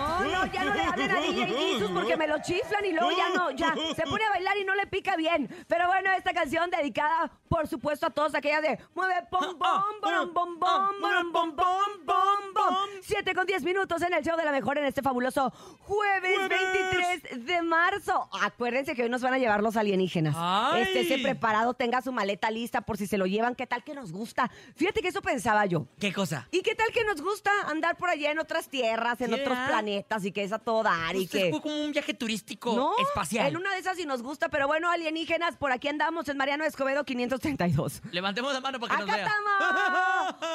Oh, no, ya no le hablen a DJ Jesus porque me lo chiflan y luego ya no, ya se pone a bailar y no le pica bien. Pero bueno, esta canción dedicada, por supuesto, a todos aquellas de mueve pom pom borom, bom bom borom, bom bom bom bom. 7 con 10 minutos en el show de la mejor en este fabuloso jueves 23 de marzo. Acuérdense que hoy nos van a llevar los alienígenas. Ay. Estése preparado, tenga su maleta lista por si se lo llevan, qué tal que nos gusta. Fíjate que eso pensaba yo. ¿Qué cosa? ¿Y qué tal que nos gusta andar por allá en otras tierras, en Sí, otros ¿verdad? planetas y que es a todo dar y Pues que... Es como un viaje turístico espacial. en una de esas sí nos gusta, pero bueno, alienígenas, por aquí andamos en Mariano Escobedo 532. Levantemos la mano para que ¡Acá nos vea. estamos!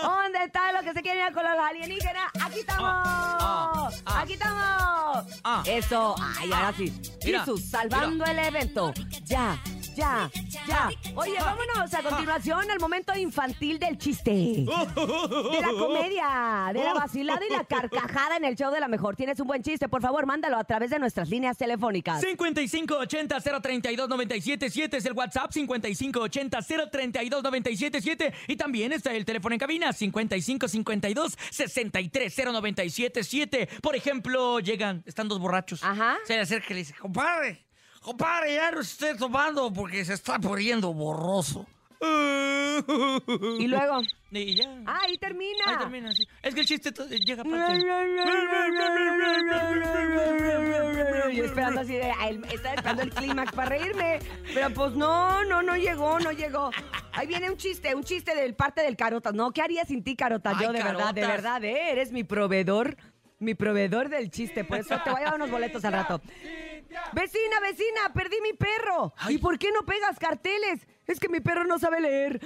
¿Dónde está lo que se quiere ir con los alienígenas? ¡Aquí estamos! Ah, ah, ah. ¡Aquí estamos! Ah. Eso, ay, ahora sí. Mira, Jesús, salvando el evento. Ya, ya, ya. Oye, Ah. vámonos a continuación al momento infantil del chiste. De la comedia, de la vacilada y la carcajada en el show de la mejor. Tienes un buen chiste, por favor, mándalo a través de nuestras líneas telefónicas. 5580-032-977 es el WhatsApp, 5580-032-977 y también está el teléfono en cabina, 5552-630977. Por ejemplo, llegan, están dos borrachos. Ajá. Se le acerca y le dice, compadre, compadre, ya no esté tomando porque se está poniendo borroso. Y luego, Y ya. ahí termina. Ahí termina, sí. Es que el chiste to- llega aparte. Yo esperando así, de, "Ay, estaba esperando el clímax para reírme, pero pues no, no, no llegó, no llegó. Ahí viene un chiste, un chiste del parte del Carotas. No, ¿qué haría sin ti, Carotas? Yo Ay, de verdad, de Carotas. verdad, eh, eres mi proveedor, mi proveedor del chiste, por eso te voy a llevar unos boletos al rato. Vecina, vecina, perdí mi perro. ¿Y por qué no pegas carteles? Es que mi perro no sabe leer.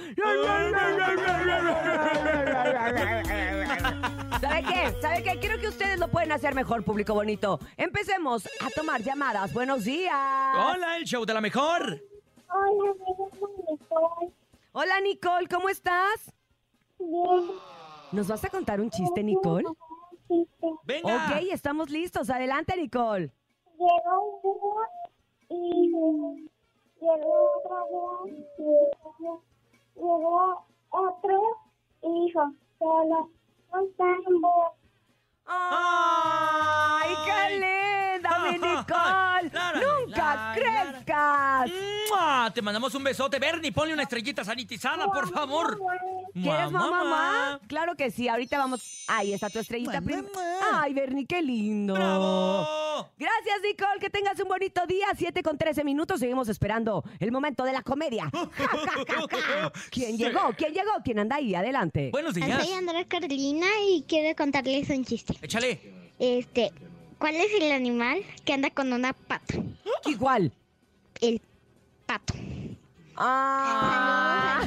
¿Sabe qué? ¿Sabe qué? Creo que ustedes lo pueden hacer mejor, público bonito. Empecemos a tomar llamadas. Buenos días. Hola, el show de la mejor. Hola, me llamo Nicole. Hola, Nicole, ¿cómo estás? Bien. ¿Nos vas a contar un chiste, Nicole? Venga. Ok, estamos listos. Adelante, Nicole. Llegó un día y llegó otro día y llegó- llegó otro y dijo, solo no están bien. ¡Ay, qué linda, mi Nicole! Claro. ¡Nunca La, la, crezcas! ¡Mua! Te mandamos un besote, Bernie. Ponle una estrellita sanitizada, por favor. ¿Quieres Mua, mamá, mua, mamá? mua. Claro que sí, ahorita vamos. Ahí está tu estrellita. Mua, prim- mua, mua. Ay, Bernie, qué lindo. Oh. ¡Bravo! Gracias, Nicole. Que tengas un bonito día. 7 con 13 minutos. Seguimos esperando el momento de la comedia. Ja, ja, ja, ja. ¿Quién Sí. llegó? ¿Quién llegó? ¿Quién anda ahí? Adelante. Buenos días. Soy Andrea Carolina y quiero contarles un chiste. Échale. Este, ¿cuál es el animal que anda con una pata? Igual. El pato. Ah.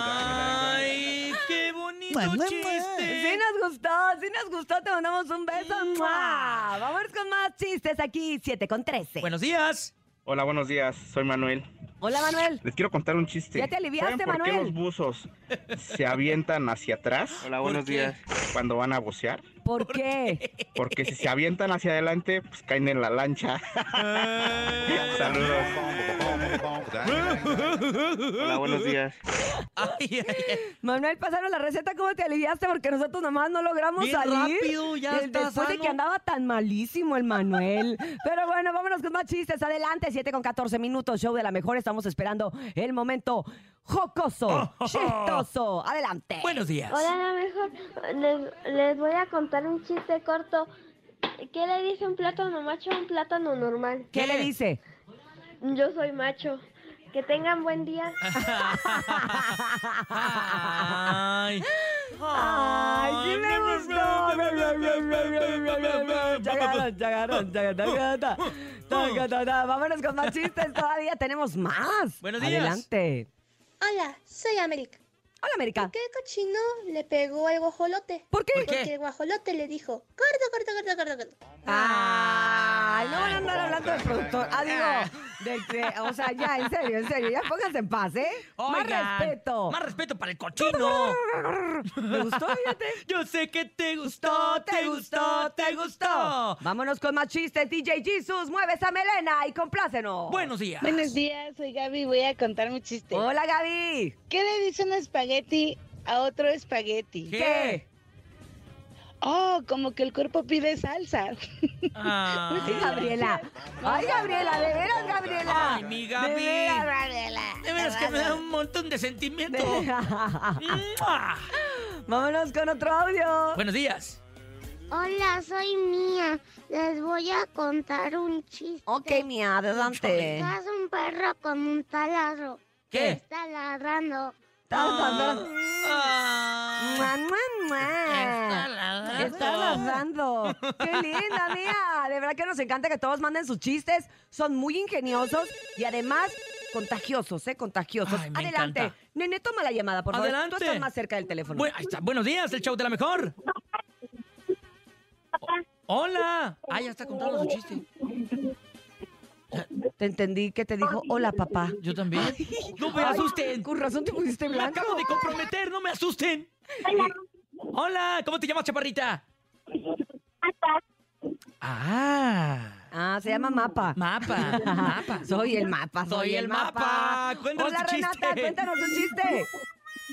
¡Ay, qué bonito Sí chiste! nos gustó, sí nos gustó, te mandamos un beso. ¡Mua! Vamos con más chistes aquí, 7 con 13. Buenos días. Hola, buenos días. Soy Manuel. Hola Manuel. Les quiero contar un chiste. Ya te aliviaste, ¿Saben por Manuel. qué los buzos se avientan hacia atrás? Hola, buenos qué? días. Cuando van a bucear. ¿Por, qué? Porque si se avientan hacia adelante, pues caen en la lancha. Saludos. Hola, buenos días. Ay, ay, ay. Manuel, pasaron la receta, ¿cómo te aliviaste? Porque nosotros nomás no logramos Bien salir. rápido, ya Eh, está Después de sano. que andaba tan malísimo el Manuel. Pero bueno, vámonos con más chistes. Adelante, 7 con 14 minutos, show de la mejor. Estamos esperando el momento jocoso, chistoso. Adelante. Buenos días. Hola, la mejor. Les, les voy a contar un chiste corto. ¿Qué le dice un plátano macho a un plátano normal? ¿Qué le ¿Qué? dice? Yo soy macho. Que tengan buen día. Ay. Ay, sí me gustó. Chacarón, chacarón, chacarata. Tacatata. Vámonos con más chistes, todavía tenemos más. Buenos días. Adelante. Hola, soy América. Hola, América. ¿Qué cochino le pegó al guajolote? ¿Por qué? ¿Por qué? Porque el guajolote le dijo, corto, corto, corto, corto, corto. Ay, no van a andar hablando del productor. Ah, digo, del que- o sea, ya, en serio, en serio, ya pónganse en paz, ¿eh? Oigan, más respeto. Más respeto para el cochino. ¿Me gustó? Fíjate. Yo sé que te gustó, te gustó, te gustó. Vámonos con más chistes, DJ Jesus. Mueve esa melena y complácenos. Buenos días. Buenos días, soy Gaby, voy a contar un chiste. Hola, Gaby. ¿Qué le dice un espagueti a otro espagueti. ¿Qué? Oh, como que el cuerpo pide salsa. Ah. Ay, Gabriela. Ay, Gabriela, de veras, Gabriela. Ay, mi Gaby. De veras, Gabriela. De veras que me da un montón de sentimiento. De- ¡Mua! Vámonos con otro audio. Buenos días. Hola, soy Mía. Les voy a contar un chiste. ok, mía, adelante. Estás un perro con un taladro. ¿Qué? Está ladrando. Ah. Mua, mua, mua. Ah, Está ladrando. ¡Qué linda, mía! De verdad que nos encanta que todos manden sus chistes. Son muy ingeniosos y además contagiosos, ¿eh? Contagiosos. Ay, me Adelante. encanta. Nene, toma la llamada, por favor. Adelante. Tú estás más cerca del teléfono. Bu- ahí está. Buenos días, el show de la mejor. O- Hola. Ah, ya está contando su chiste. Te entendí que te dijo, hola, papá. Yo también. No me Ay, asusten. Con razón te pusiste Me blanco. acabo de comprometer, no me asusten. Hola, ¿cómo te llamas, chaparrita? Ah, Ah, se llama mapa. mapa, mapa. Soy el mapa, soy, Soy el mapa. Cuéntanos Hola, tu chiste. Renata, cuéntanos un chiste.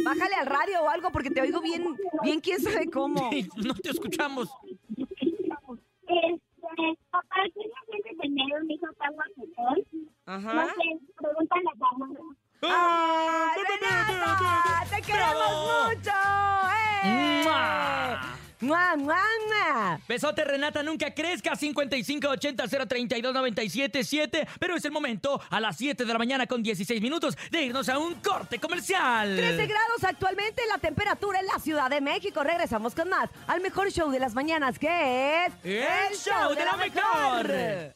Bájale al radio o algo porque te oigo bien, bien quién sabe cómo. Sí, No te escuchamos. Este, papá, ¿quién es tener un hijo tan guapetón? No Ajá. sé, pregúntale a Tamara. ¡Ay, Renata! ¡Te queremos mucho! ¡Eh! ¡Mua! ¡Mua, mua, mua! Besote, Renata, nunca crezca. 5580-032-977. Pero es el momento, a las 7 de la mañana con 16 minutos, de irnos a un corte comercial. 13 grados actualmente la temperatura en la Ciudad de México. Regresamos con más al mejor show de las mañanas que es... El show de la mejor.